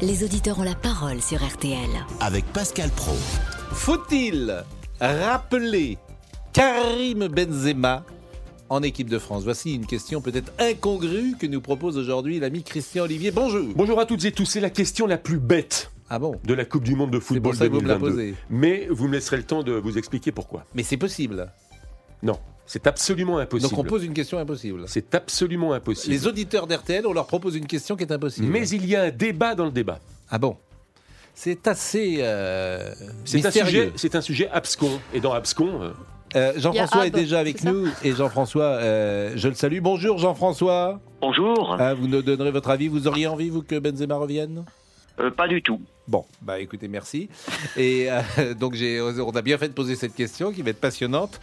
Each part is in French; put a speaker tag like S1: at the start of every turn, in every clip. S1: les auditeurs ont la parole sur RTL.
S2: avec Pascal Pro.
S3: Faut-il rappeler Karim Benzema en équipe de France Voici une question peut-être incongrue que nous propose aujourd'hui l'ami Christian Olivier. Bonjour.
S4: Bonjour à toutes et tous, c'est la question la plus bête
S3: Ah bon
S4: de la Coupe du Monde de football
S3: pour ça que vous me la
S4: 2022.
S3: posez.
S4: Mais vous me laisserez le temps de vous expliquer pourquoi.
S3: Mais c'est possible.
S4: Non, c'est absolument impossible.
S3: Donc on pose une question impossible.
S4: C'est absolument impossible.
S3: Les auditeurs d'RTL, on leur propose une question qui est impossible.
S4: Mais il y a un débat dans le débat.
S3: Ah bon c'est assez euh,
S4: C'est un,
S3: mystérieux.
S4: sujet- c'est un sujet abscon. Et dans abscon, euh,
S3: Euh, Jean-François
S5: Il y a
S3: est
S5: Ab,
S3: déjà avec
S5: c'est ça
S3: nous et Jean-François, euh, je le salue. Bonjour Jean-François.
S6: Bonjour.
S3: Ah, vous nous donnerez votre avis. Vous auriez envie, vous, que Benzema revienne
S6: Euh, pas du tout.
S3: Bon, bah écoutez, merci. Et euh, donc j'ai, on a bien fait de poser cette question qui va être passionnante.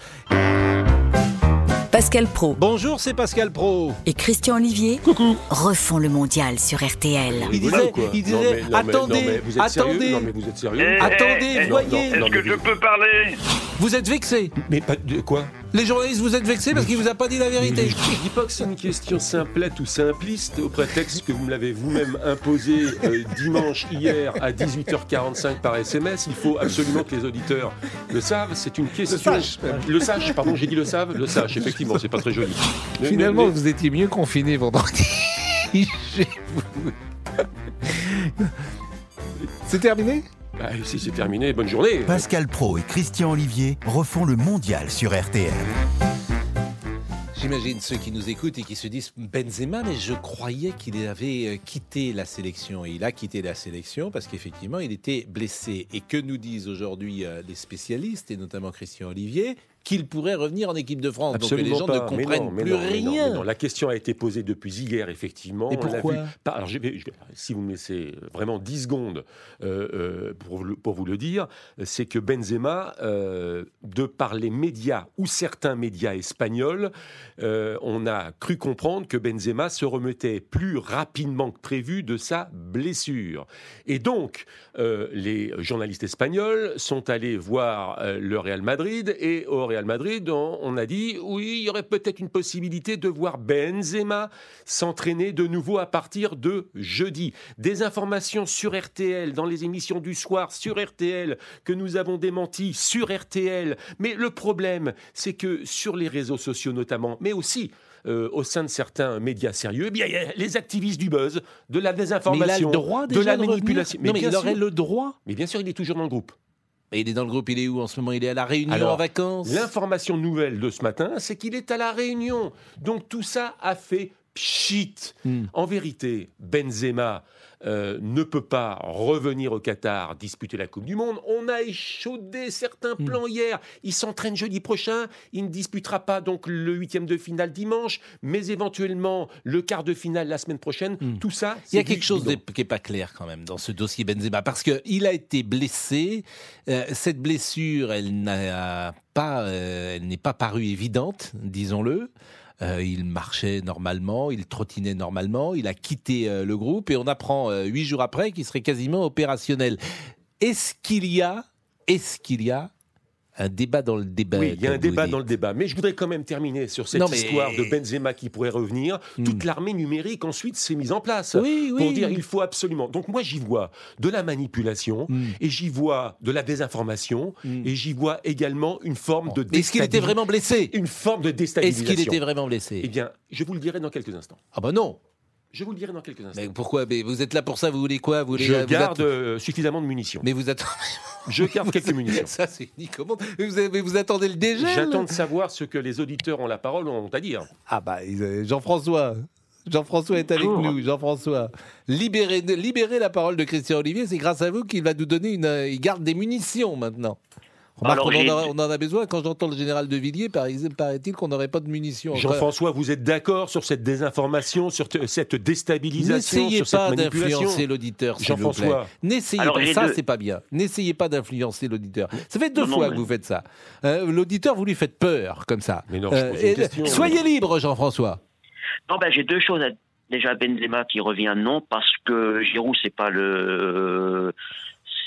S1: Pascal Pro
S3: Bonjour, c'est Pascal Pro.
S1: et Christian Olivier refont le mondial sur RTL.
S3: Il
S4: rigolez
S3: disait-
S4: ou quoi
S3: il
S4: Non,
S3: disait,
S4: mais- non, mais-
S3: attendez,
S4: non, mais vous êtes
S3: attendez.
S4: Sérieux non mais vous êtes sérieux Ah,
S6: Eh,
S3: Attendez,
S6: eh, eh,
S3: voyez.
S6: Est-ce
S4: non,
S6: que
S4: mais
S6: je
S4: vous-
S6: peux parler
S3: Vous êtes vexé.
S4: Mais pas de quoi
S3: Les journalistes, vous êtes vexé parce qu'il vous a pas dit la vérité.
S4: Je dis pas que c'est une question simplette ou simpliste, au prétexte que vous me l'avez vous-même imposé euh, dimanche hier à 18h45 par SMS. Il faut absolument que les auditeurs le savent. C'est une question.
S3: Le sachent, même.
S4: Le sachent, pardon, j'ai dit le savent, le sachent, effectivement, c'est pas très joli. Mais-
S3: Finalement,
S4: mais-
S3: vous étiez mieux confiné vendredi chez vous. C'est terminé
S4: mais- Ah, si c'est terminé, bonne journée.
S3: Bah,
S2: Pascal Pro et Christian Olivier refont le mondial sur RTL.
S3: J'imagine ceux qui nous écoutent et qui se disent Benzema, mais je croyais qu'il avait euh, quitté la sélection. Et il a quitté la sélection parce qu'effectivement, il était blessé. Et que nous disent aujourd'hui euh, les spécialistes, et notamment Christian Olivier, qu'il pourrait revenir en équipe de France.
S4: Absolument
S3: Donc que les gens
S4: pas.
S3: ne
S4: Mais non,
S3: comprennent
S4: mais
S3: plus
S4: non, mais non,
S3: rien.
S4: mais non. La question a été posée depuis hier, effectivement.
S3: Et
S4: On l'a
S3: pourquoi
S4: vu. Pas- alors, je vais- je vais- si vous me laissez vraiment 10 secondes euh, euh, pour, le- pour vous le dire, c'est que Benzema, euh, de par les médias ou certains médias espagnols, euh, on a cru comprendre que Benzema se remettait plus rapidement que prévu de sa blessure. Et donc, euh, les journalistes espagnols sont allés voir euh, le Real Madrid et au Real Madrid, on, on a dit oui, il y aurait peut-être une possibilité de voir Benzema s'entraîner de nouveau à partir de jeudi. Des informations sur RTL, dans les émissions du soir sur RTL, que nous avons démenties sur RTL. Mais le problème, c'est que sur les réseaux sociaux notamment, mais aussi euh, au sein de certains médias sérieux, eh bien, il y a les activistes du buzz, de la
S3: Mais il a
S4: désinformation,
S3: le droit
S4: de
S3: déjà
S4: la
S3: revenir
S4: manipulation.
S3: Non, mais
S4: bien
S3: il aurait
S4: sûr.
S3: le droit.
S4: Mais bien sûr, il est toujours dans le groupe.
S3: Mais il est dans le groupe, il est où en ce moment Il est à la Réunion
S4: Alors,
S3: en vacances
S4: L'information nouvelle de ce matin, c'est qu'il est à la Réunion. Donc tout ça a fait pchit.
S3: Hmm.
S4: En vérité, Benzema euh, ne peut pas revenir au Qatar disputer la Coupe du Monde. On a échaudé certains
S3: Hmm.
S4: plans hier. Il s'entraîne jeudi prochain. Il ne disputera pas donc le huitième de finale dimanche, mais éventuellement le quart de finale la semaine prochaine.
S3: Hmm.
S4: Tout ça,
S3: Il y a
S4: c'est du
S3: quelque chose
S4: bidon.
S3: d'ép- qui n'est pas clair quand même dans ce dossier Benzema, parce qu'il a été blessé. Euh, cette blessure, elle n'a pas, euh, elle n'est pas parue évidente, disons-le. Euh, il marchait normalement, il trottinait normalement, il a quitté euh, le groupe et on apprend euh, huit jours après qu'il serait quasiment opérationnel. Est-ce qu'il y a, est-ce qu'il y a un débat dans le débat
S4: Oui, il y
S3: Ben,
S4: a
S3: comme
S4: un
S3: vous
S4: débat
S3: dites
S4: dans le débat. Mais je voudrais quand même terminer sur cette
S3: Non, mais-
S4: histoire de Benzema qui pourrait revenir.
S3: Hmm.
S4: Toute l'armée numérique ensuite s'est mise en place
S3: Oui, oui.
S4: pour dire il faut absolument. Donc moi j'y vois de la manipulation
S3: Hmm.
S4: et j'y vois de la désinformation
S3: Hmm.
S4: et j'y vois également une forme de
S3: Est-ce qu'il était
S4: déstabilis-
S3: vraiment blessé
S4: une forme de
S3: Est-ce
S4: déstabilisation.
S3: qu'il était vraiment
S4: Eh
S3: blessé
S4: bien, je vous le dirai dans quelques instants.
S3: Ah bah non
S4: Je vous le dirai dans quelques instants.
S3: Mais pourquoi Mais Ben, Vous êtes là pour ça, vous voulez quoi vous voulez,
S4: je
S3: vous
S4: garde
S3: atte-
S4: euh, suffisamment de munitions.
S3: Mais vous attendez.
S4: Je garde quelques munitions.
S3: Ça, c'est une commande. Mais vous, avez- mais vous attendez le dégel
S4: J'attends de savoir ce que les auditeurs ont la parole ont à dire.
S3: Ah, bah, ils, euh, Jean-François. Jean-François est avec
S6: Bonjour.
S3: nous. Jean-François, libérez, libérez la parole de Christian Olivier. C'est grâce à vous qu'il va nous donner une. euh, Il garde des munitions maintenant. Remarque,
S6: Alors,
S3: on, en a,
S6: j'ai-
S3: on en a besoin. Quand j'entends le général de Villiers, par exemple, paraît-il qu'on n'aurait pas de munitions.
S4: Jean-François, vous êtes d'accord sur cette désinformation, sur te- cette déstabilisation,
S3: N'essayez
S4: sur cette
S3: pas
S4: manipulation
S3: d'influencer l'auditeur, s'il vous plaît.
S4: Jean-François.
S3: N'essayez
S6: Alors,
S3: pas,
S6: j'ai
S3: ça
S6: deux-
S3: c'est pas bien. N'essayez pas d'influencer l'auditeur. Ça fait deux
S6: Non, non,
S3: fois
S6: mais-
S3: que vous faites ça. Euh, l'auditeur, vous lui faites peur comme ça. Euh,
S4: Mais non, je pose une
S3: et-
S4: question.
S3: soyez libre, Jean-François.
S6: Non, ben, j'ai deux choses. à- Déjà, Benzema qui revient, non, parce que Giroud, c'est pas le.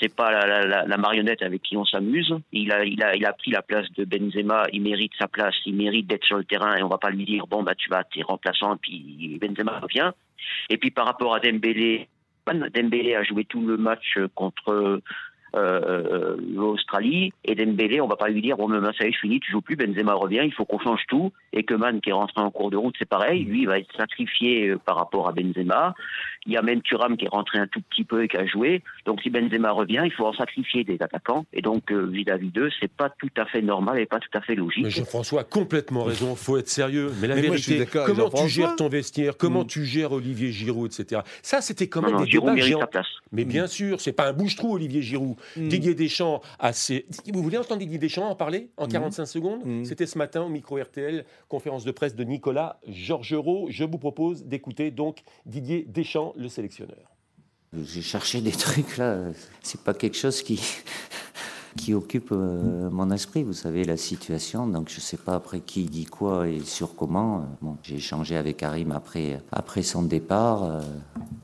S6: C'est pas la, la- la- la marionnette avec qui on s'amuse. Il a, il, a, il a pris la place de Benzema. Il mérite sa place. Il mérite d'être sur le terrain. Et on va pas ben, lui dire bon bah tu vas t'es remplaçant. Et puis Benzema revient. Et puis par rapport à Dembélé, Dembélé a joué tout le match contre euh, l'Australie. Et Dembélé, on va pas lui dire, bon, ben, ça y est, fini, tu joues plus, Benzema revient, il faut qu'on change tout. Et que Mann, qui est rentré en cours de route, c'est pareil, lui, il va être sacrifié euh, par rapport à Benzema. Il y a même Thuram qui est rentré un tout petit peu et qui a joué. Donc, si Benzema revient, il faut en sacrifier des attaquants. Et donc, euh, vis-à-vis d'eux, c'est pas tout à fait normal et pas tout à fait logique.
S4: Mais Jean-François a complètement raison, faut être sérieux. Mais la
S3: Mais moi, je suis
S4: vérité,
S3: d'accord avec
S4: comment tu
S3: Jean-François.
S4: gères ton vestiaire Comment
S3: Mm.
S4: tu gères Olivier Giroud, etc. Ça, c'était quand
S6: Non,
S4: même
S6: non,
S4: des
S6: Giroud
S4: débats
S6: mérite
S4: géants.
S6: sa place.
S4: Mais bien sûr, c'est pas un bouche-trou, Olivier Giroud.
S3: Mm.
S4: Didier Deschamps a ses- Vous voulez entendre Didier Deschamps en parler en
S3: Mm.
S4: 45 secondes
S3: Mm.
S4: C'était ce matin au micro RTL, conférence de presse de Nicolas Georgerot. Je vous propose d'écouter donc Didier Deschamps, le sélectionneur.
S5: J'ai cherché des trucs là, c'est pas quelque chose qui, qui occupe euh, mon esprit, vous savez, la situation, donc je sais pas après qui dit quoi et sur comment. Euh, Bon, j'ai échangé avec Karim après, après son départ, euh,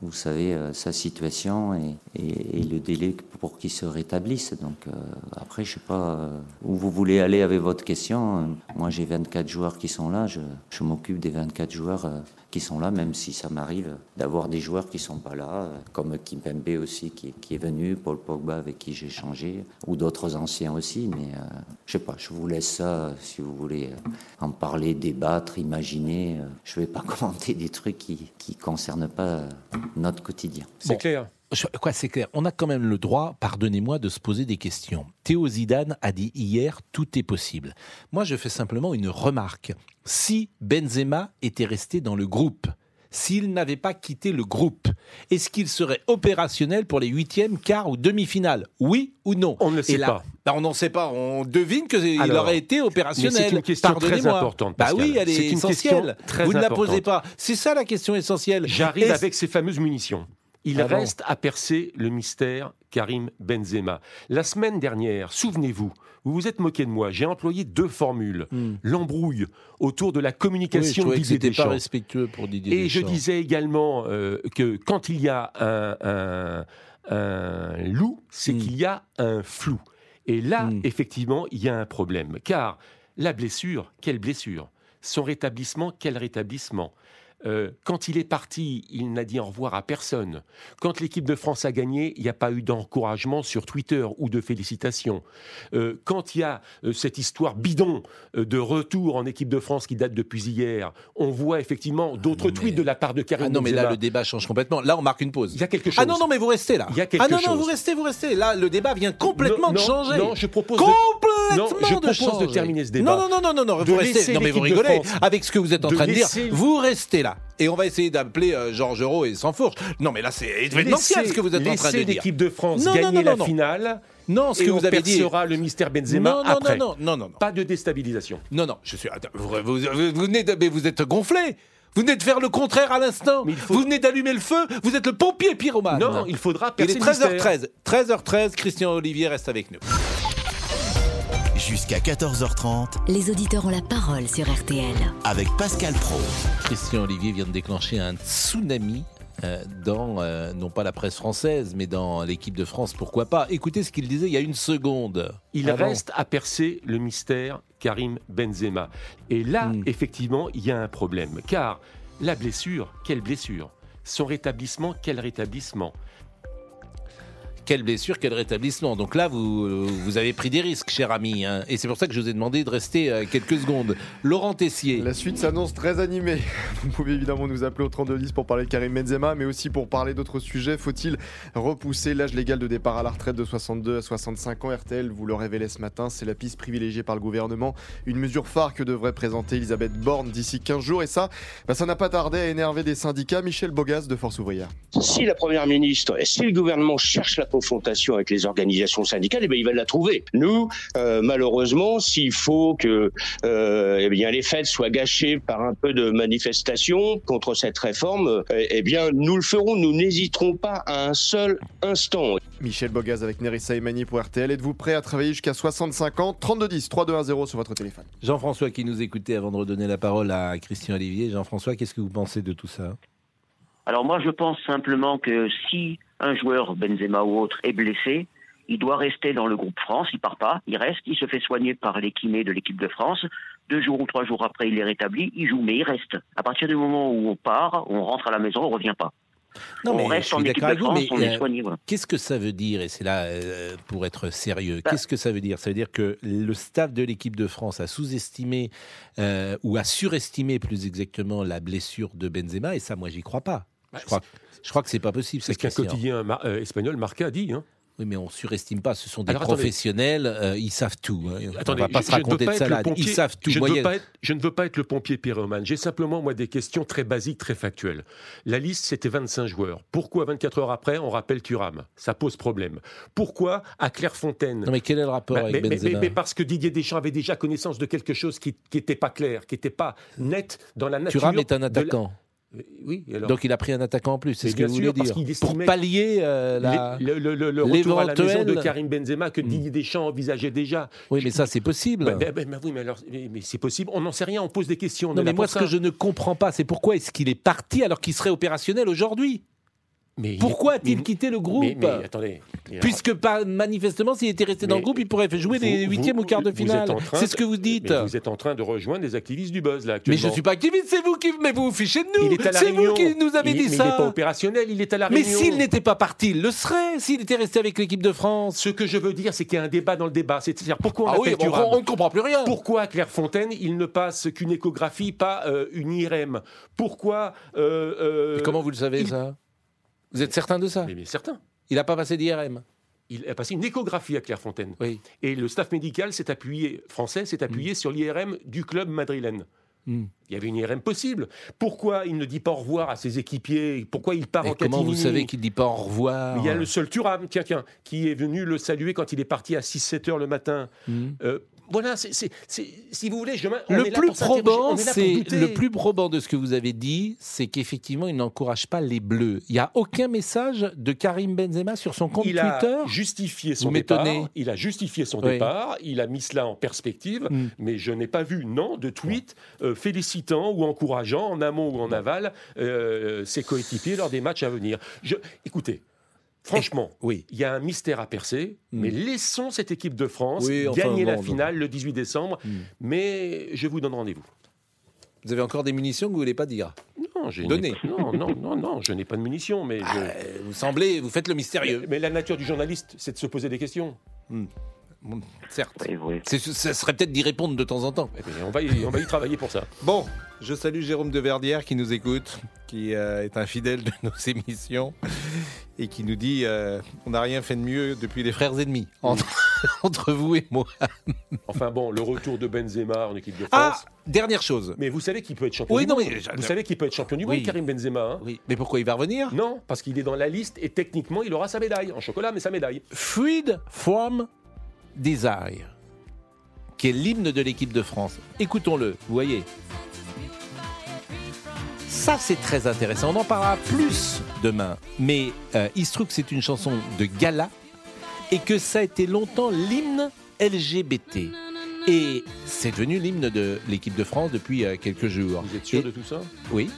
S5: vous savez, euh, sa situation et, et- et le délai pour qu'il se rétablisse. Donc euh, après, je sais pas euh, où vous voulez aller avec votre question. Euh, Moi, j'ai 24 joueurs qui sont là, je, euh, je m'occupe des 24 joueurs euh, qui sont là, même si ça m'arrive d'avoir des joueurs qui sont pas là, euh, comme Kimpembe aussi qui, qui est venu, Paul Pogba avec qui j'ai changé, ou d'autres anciens aussi. Mais euh, je sais pas, je vous laisse ça euh, si vous voulez euh, en parler, débattre, imaginer. euh, je vais pas commenter des trucs qui qui concernent pas euh, notre quotidien.
S4: C'est
S3: Bon.
S4: clair
S3: Je- Quoi, c'est clair. On a quand même le droit, pardonnez-moi, de se poser des questions. Théo Zidane a dit hier tout est possible. Moi, je fais simplement une remarque. Si Benzema était resté dans le groupe, s'il n'avait pas quitté le groupe, est-ce qu'il serait opérationnel pour les huitièmes, quarts ou demi-finales Oui ou non
S4: On ne le
S3: Et
S4: sait
S3: là-
S4: pas.
S3: Bah, on n'en sait pas. On devine qu'il
S4: Alors,
S3: aurait été
S4: mais
S3: opérationnel.
S4: c'est une question très
S3: Pardonnez-moi.
S4: importante,
S3: Bah
S4: Pascal.
S3: oui, elle est,
S4: C'est une
S3: essentielle.
S4: question très
S3: Vous ne la
S4: importante.
S3: posez pas. C'est ça la question essentielle.
S4: J'arrive
S3: Est-ce-
S4: avec ces fameuses munitions. Il
S3: Ah bon.
S4: reste à percer le mystère Karim Benzema. La semaine dernière, souvenez-vous, vous vous êtes moqué de moi, j'ai employé deux formules.
S3: Hmm.
S4: L'embrouille autour de la
S3: Oui, je
S4: communication
S3: trouvais que
S4: Didier
S3: c'était pas
S4: Deschamps.
S3: respectueux pour Didier
S4: Et je
S3: Deschamps.
S4: disais également euh, que quand il y a un, un- un loup, c'est
S3: Hmm.
S4: qu'il y a un flou. Et là,
S3: Hmm.
S4: effectivement, il y a un problème. Car la blessure, quelle blessure Son rétablissement, quel rétablissement Euh, quand il est parti, il n'a dit au revoir à personne. Quand l'équipe de France a gagné, il n'y a pas eu d'encouragement sur Twitter ou de félicitations. Euh, quand il y a euh, cette histoire bidon euh, de retour en équipe de France qui date depuis hier, on voit effectivement d'autres
S3: Ah, mais-
S4: tweets de la part de Karim
S3: Ah non, mais là,
S4: Benzema.
S3: le débat change complètement. Là, on marque une pause.
S4: Il y a quelque chose.
S3: Ah non, non, mais vous restez là.
S4: Il y a quelque
S3: ah non, non,
S4: chose.
S3: vous restez, vous restez. Là, le débat vient complètement
S4: Non,
S3: de
S4: non,
S3: changer.
S4: Non, je propose de-
S3: Complètement
S4: Non, je
S3: de
S4: propose de
S3: changer.
S4: terminer ce débat.
S3: Non, non, non, non, non, non,
S4: De
S3: vous restez.
S4: laisser
S3: Non, mais vous
S4: l'équipe de
S3: rigolez
S4: France.
S3: avec ce que vous êtes en
S4: De
S3: train de dire.
S4: laisser-
S3: Vous restez là. Et on va essayer d'appeler euh, Georges Euro et sans fourche. Non, mais là, c'est événementiel ce que vous êtes en train
S4: laissez
S3: de dire.
S4: l'équipe de France
S3: Non, non,
S4: gagner
S3: non,
S4: la
S3: non, non.
S4: finale
S3: Non, ce
S4: et
S3: que
S4: on
S3: vous avez dit.
S4: percera le mystère Benzema
S3: Non, non,
S4: après.
S3: non, non, non, non, non.
S4: Pas de déstabilisation.
S3: Non, non, je suis. attends, vous, vous- vous- vous venez de- mais vous êtes gonflé. Vous venez de faire le contraire à l'instant.
S4: Mais il faut-
S3: Vous venez d'allumer le feu. Vous êtes le pompier pyromane.
S4: non, il faudra
S3: Ah, Il
S4: percer
S3: est
S4: le mystère.
S3: 13h13. 13h13. Christian Olivier reste avec nous.
S2: Jusqu'à 14h30
S1: Les auditeurs ont la parole sur RTL.
S2: avec Pascal Pro.
S3: Christian Olivier vient de déclencher un tsunami euh, dans, euh, non pas la presse française, mais dans l'équipe de France, pourquoi pas. Écoutez ce qu'il disait il y a une seconde.
S4: Il
S3: Ah bon.
S4: reste à percer le mystère Karim Benzema. Et là,
S3: Hmm.
S4: effectivement, il y a un problème. Car la blessure, quelle blessure Son rétablissement, quel rétablissement
S3: Quelle blessure, quel rétablissement. Donc là, vous, vous avez pris des risques, cher ami. hein. Et c'est pour ça que je vous ai demandé de rester euh, quelques secondes. Laurent Tessier.
S7: La suite s'annonce très animée. Vous pouvez évidemment nous appeler au 3210 pour parler de Karim Benzema, mais aussi pour parler d'autres sujets. Faut-il repousser l'âge légal de départ à la retraite de 62 à 65 ans RTL vous le révélait ce matin, c'est la piste privilégiée par le gouvernement. Une mesure phare que devrait présenter Elisabeth Borne d'ici 15 jours. Et ça, bah, ça n'a pas tardé à énerver des syndicats. Michel Bogas de Force Ouvrière.
S8: Si la première ministre, et si le gouvernement cherche la confrontation avec les organisations syndicales, eh bien, il va la trouver. Nous, euh, malheureusement, s'il faut que euh, eh bien, les fêtes soient gâchées par un peu de manifestation contre cette réforme, euh, eh bien, nous le ferons. Nous n'hésiterons pas à un seul instant.
S7: Michel Bogas avec Nerissa Imani pour RTL. Êtes-vous prêt à travailler jusqu'à 65 ans 3210 3210 sur votre téléphone.
S3: Jean-François qui nous écoutait avant de redonner la parole à Christian Olivier. Jean-François, qu'est-ce que vous pensez de tout ça
S6: Alors moi, je pense simplement que si un joueur, Benzema ou autre, est blessé, il doit rester dans le groupe France, il part pas, il reste, il se fait soigner par les kinés de l'équipe de France. Deux jours ou trois jours après, il est rétabli, il joue, mais il reste. À partir du moment où on part, on rentre à la maison, on revient pas.
S3: Non, mais
S6: on
S3: je
S6: reste
S3: suis
S6: en équipe
S3: d'accord
S6: de
S3: avec vous,
S6: France,
S3: mais,
S6: on est
S3: euh,
S6: soigné. voilà.
S3: Qu'est-ce que ça veut dire Et c'est là euh, pour être sérieux.
S6: Bah-
S3: Qu'est-ce que ça veut dire Ça veut dire que le staff de l'équipe de France a sous-estimé euh, ou a surestimé plus exactement la blessure de Benzema. Et ça, moi, j'y crois pas.
S4: Bah,
S3: je, crois, je crois que c'est pas possible. ça,
S4: C'est ce qu'un
S3: Christian.
S4: quotidien mar- euh, espagnol, Marca, a dit. hein.
S3: Oui, mais on surestime pas. Ce sont des
S4: Alors, attendez.
S3: professionnels. euh, ils savent tout. hein.
S4: Attendez,
S3: on va pas
S4: je-
S3: se
S4: je ne veux
S3: raconter
S4: pas
S3: de
S4: être le
S3: salade.
S4: pompier-
S3: Ils savent tout.
S4: Je ne,
S3: Moi, il y
S4: veux
S3: a-
S4: pas être, je ne veux pas être le pompier pyromane. J'ai simplement, moi, des questions très basiques, très factuelles. La liste, c'était 25 joueurs. Pourquoi 24 heures après, on rappelle Thuram Ça pose problème. Pourquoi à Clairefontaine
S3: Non, mais quel est le rapport
S4: Bah,
S3: avec
S4: mais, mais-
S3: Benzema
S4: mais- mais parce que Didier Deschamps avait déjà connaissance de quelque chose qui n'était pas clair, qui n'était pas net dans la nature.
S3: Thuram est un
S4: de la-
S3: attaquant.
S4: Oui, et alors
S3: Donc il a pris un attaquant en plus. C'est
S4: Mais
S3: ce que
S4: bien
S3: vous
S4: sûr,
S3: voulez
S4: parce
S3: dire.
S4: qu'il
S3: Pour
S4: estimait-
S3: pallier euh, la.
S4: les- le, le- le- le retour à la maison de
S3: l'éventuel-
S4: Karim Benzema que
S3: Hmm.
S4: Didier Deschamps envisageaient déjà.
S3: Oui, mais ça, c'est possible.
S4: Bah, bah, bah, bah, oui, mais alors, mais, mais c'est possible. On n'en sait rien. On pose des questions. on
S3: Non,
S4: est
S3: mais
S4: là
S3: moi,
S4: pour
S3: ce
S4: ça.
S3: que je ne comprends pas, c'est pourquoi est-ce qu'il est parti alors qu'il serait opérationnel aujourd'hui
S4: Mais il-
S3: Pourquoi a-t-il
S4: mais-
S3: quitté le
S4: mais-
S3: groupe
S4: mais attendez. mais alors-
S3: Puisque pas- manifestement, s'il était resté dans le
S4: Mais
S3: groupe, il pourrait jouer des
S4: vous-
S3: huitièmes ou
S4: vous-
S3: quarts de
S4: vous êtes en
S3: finale.
S4: train
S3: C'est ce que vous
S4: de-
S3: dites.
S4: mais vous êtes en train de rejoindre des activistes du buzz là
S3: Mais
S4: actuellement.
S3: je ne suis pas activiste, c'est vous qui mais vous, vous fichez de
S4: Il
S3: nous.
S4: est à la
S3: C'est vous
S4: Réunion.
S3: qui nous avez
S4: Il-
S3: dit
S4: mais Il n'est pas
S3: ça.
S4: opérationnel. Il est à la
S3: Mais
S4: réunion.
S3: s'il n'était pas parti, il le serait. S'il était resté avec l'équipe de France.
S4: Ce que je veux dire, c'est qu'il y a un débat dans le débat. C'est-à-dire pourquoi Ah on appelle
S3: bon,
S4: Thuram
S3: on ne comprend plus rien.
S4: Pourquoi à Clairefontaine, il ne passe qu'une échographie, pas euh, une IRM Pourquoi euh, euh,
S3: Mais Comment vous le savez,
S4: il-
S3: ça Vous êtes certain de ça
S4: Mais, mais certain.
S3: Il n'a pas passé d'IRM.
S4: Il a passé une échographie à Clairefontaine.
S3: Oui.
S4: Et le staff médical s'est appuyé, français, s'est appuyé sur l'IRM du club madrilène.
S3: Mm.
S4: Il y avait une IRM possible. Pourquoi il ne dit pas au revoir à ses équipiers Pourquoi il part
S3: Et
S4: en
S3: comment vous
S4: catimini
S3: savez qu'il ne dit pas au revoir
S4: Il y a le seul Turam, tiens, tiens, qui est venu le saluer quand il est parti à 6-7 heures le matin.
S3: Hmm.
S4: Euh, voilà, c'est, c'est- c'est- si vous voulez, je m'in- on
S3: Le
S4: est là
S3: plus
S4: pour s'interroger,
S3: probant,
S4: on est là pour
S3: c'est
S4: douter.
S3: le plus probant de ce que vous avez dit, c'est qu'effectivement, il n'encourage pas les Bleus. Il n'y a aucun message de Karim Benzema sur son compte
S4: il
S3: Twitter.
S4: a justifié
S3: Vous
S4: son
S3: m'étonnez.
S4: départ. Il a justifié son
S3: Oui.
S4: départ. Il a mis cela en perspective.
S3: Mm.
S4: Mais je n'ai pas vu, non, de tweet euh, félicitant ou encourageant, en amont ou en aval, euh, ses coéquipiers lors des matchs à venir. Je- Écoutez, franchement,
S3: Oui.
S4: il y a un mystère à percer,
S3: Mm.
S4: mais laissons cette équipe de France
S3: Oui, enfin,
S4: gagner la
S3: bon,
S4: finale le 18 décembre.
S3: Mm.
S4: Mais je vous donne rendez-vous.
S3: Vous avez encore des munitions que vous ne voulez pas dire.
S4: Non, je n'ai-
S3: Donnez.
S4: Non, non, non, non, je n'ai pas de munitions, mais je-
S3: Euh, vous semblez, vous faites le mystérieux.
S4: Mais la nature du journaliste, c'est de se poser des questions.
S3: Bon, certes.
S6: Oui, oui.
S3: C'est- ça serait peut-être d'y répondre de temps en temps.
S4: Eh bien, on, va y- on va y travailler pour ça.
S9: Bon, je salue Jérôme de Verdière qui nous écoute, qui euh, est un fidèle de nos émissions et qui nous dit euh, on n'a rien fait de mieux depuis les frères ennemis
S3: Entre, entre vous et moi.
S4: Enfin bon, le retour de Benzema en équipe de
S3: Ah,
S4: France.
S3: dernière chose.
S4: Mais vous savez qu'il peut être champion
S3: Oui,
S4: du
S3: non,
S4: monde.
S3: mais je-
S4: Vous savez qu'il peut être champion du
S3: Oui.
S4: monde, Karim Benzema. hein.
S3: Oui. Mais pourquoi il va revenir
S4: Non, parce qu'il est dans la liste et techniquement, il aura sa médaille. En chocolat, mais sa médaille.
S3: Freed from Desire, qui est l'hymne de l'équipe de France. Écoutons-le, vous voyez. Ça, c'est très intéressant. On en parlera plus demain. Mais euh, il se trouve que c'est une chanson de gala et que ça a été longtemps l'hymne LGBT. Et c'est devenu l'hymne de l'équipe de France depuis euh, quelques jours.
S4: Vous êtes sûr
S3: Et- Ah.
S4: de tout ça
S3: Oui,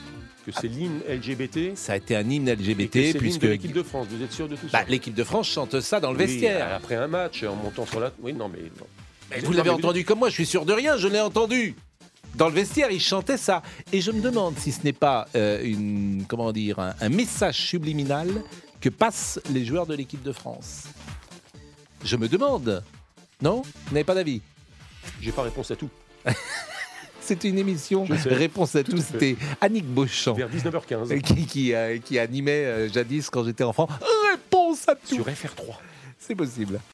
S4: Que c'est l'hymne LGBT
S3: ça a été un hymne
S4: et que
S3: LGBT
S4: c'est l'hymne
S3: puisque
S4: de l'équipe de France. Vous êtes sûr de tout
S3: bah,
S4: ça
S3: l'équipe de France chante ça dans le
S4: Oui,
S3: vestiaire.
S4: après un match, en montant sur la. Oui, non, mais. non.
S3: Mais vous l'avez
S4: Non, mais vous-
S3: entendu comme moi, je suis sûr de rien, je l'ai entendu. Dans le vestiaire, il chantait ça. Et je me demande si ce n'est pas euh, une, comment dire, un, un message subliminal que passent les joueurs de l'équipe de France. Je me demande. Non Vous n'avez pas d'avis
S4: J'ai pas réponse à tout.
S3: C'est une émission
S4: Je sais.
S3: Réponse à tous.
S4: fait.
S3: C'était Annick Beauchamp
S4: Vers 19h15.
S3: euh, qui, qui, euh, qui animait euh, jadis quand j'étais enfant. Réponse à tout
S4: Sur FR3.
S3: C'est possible.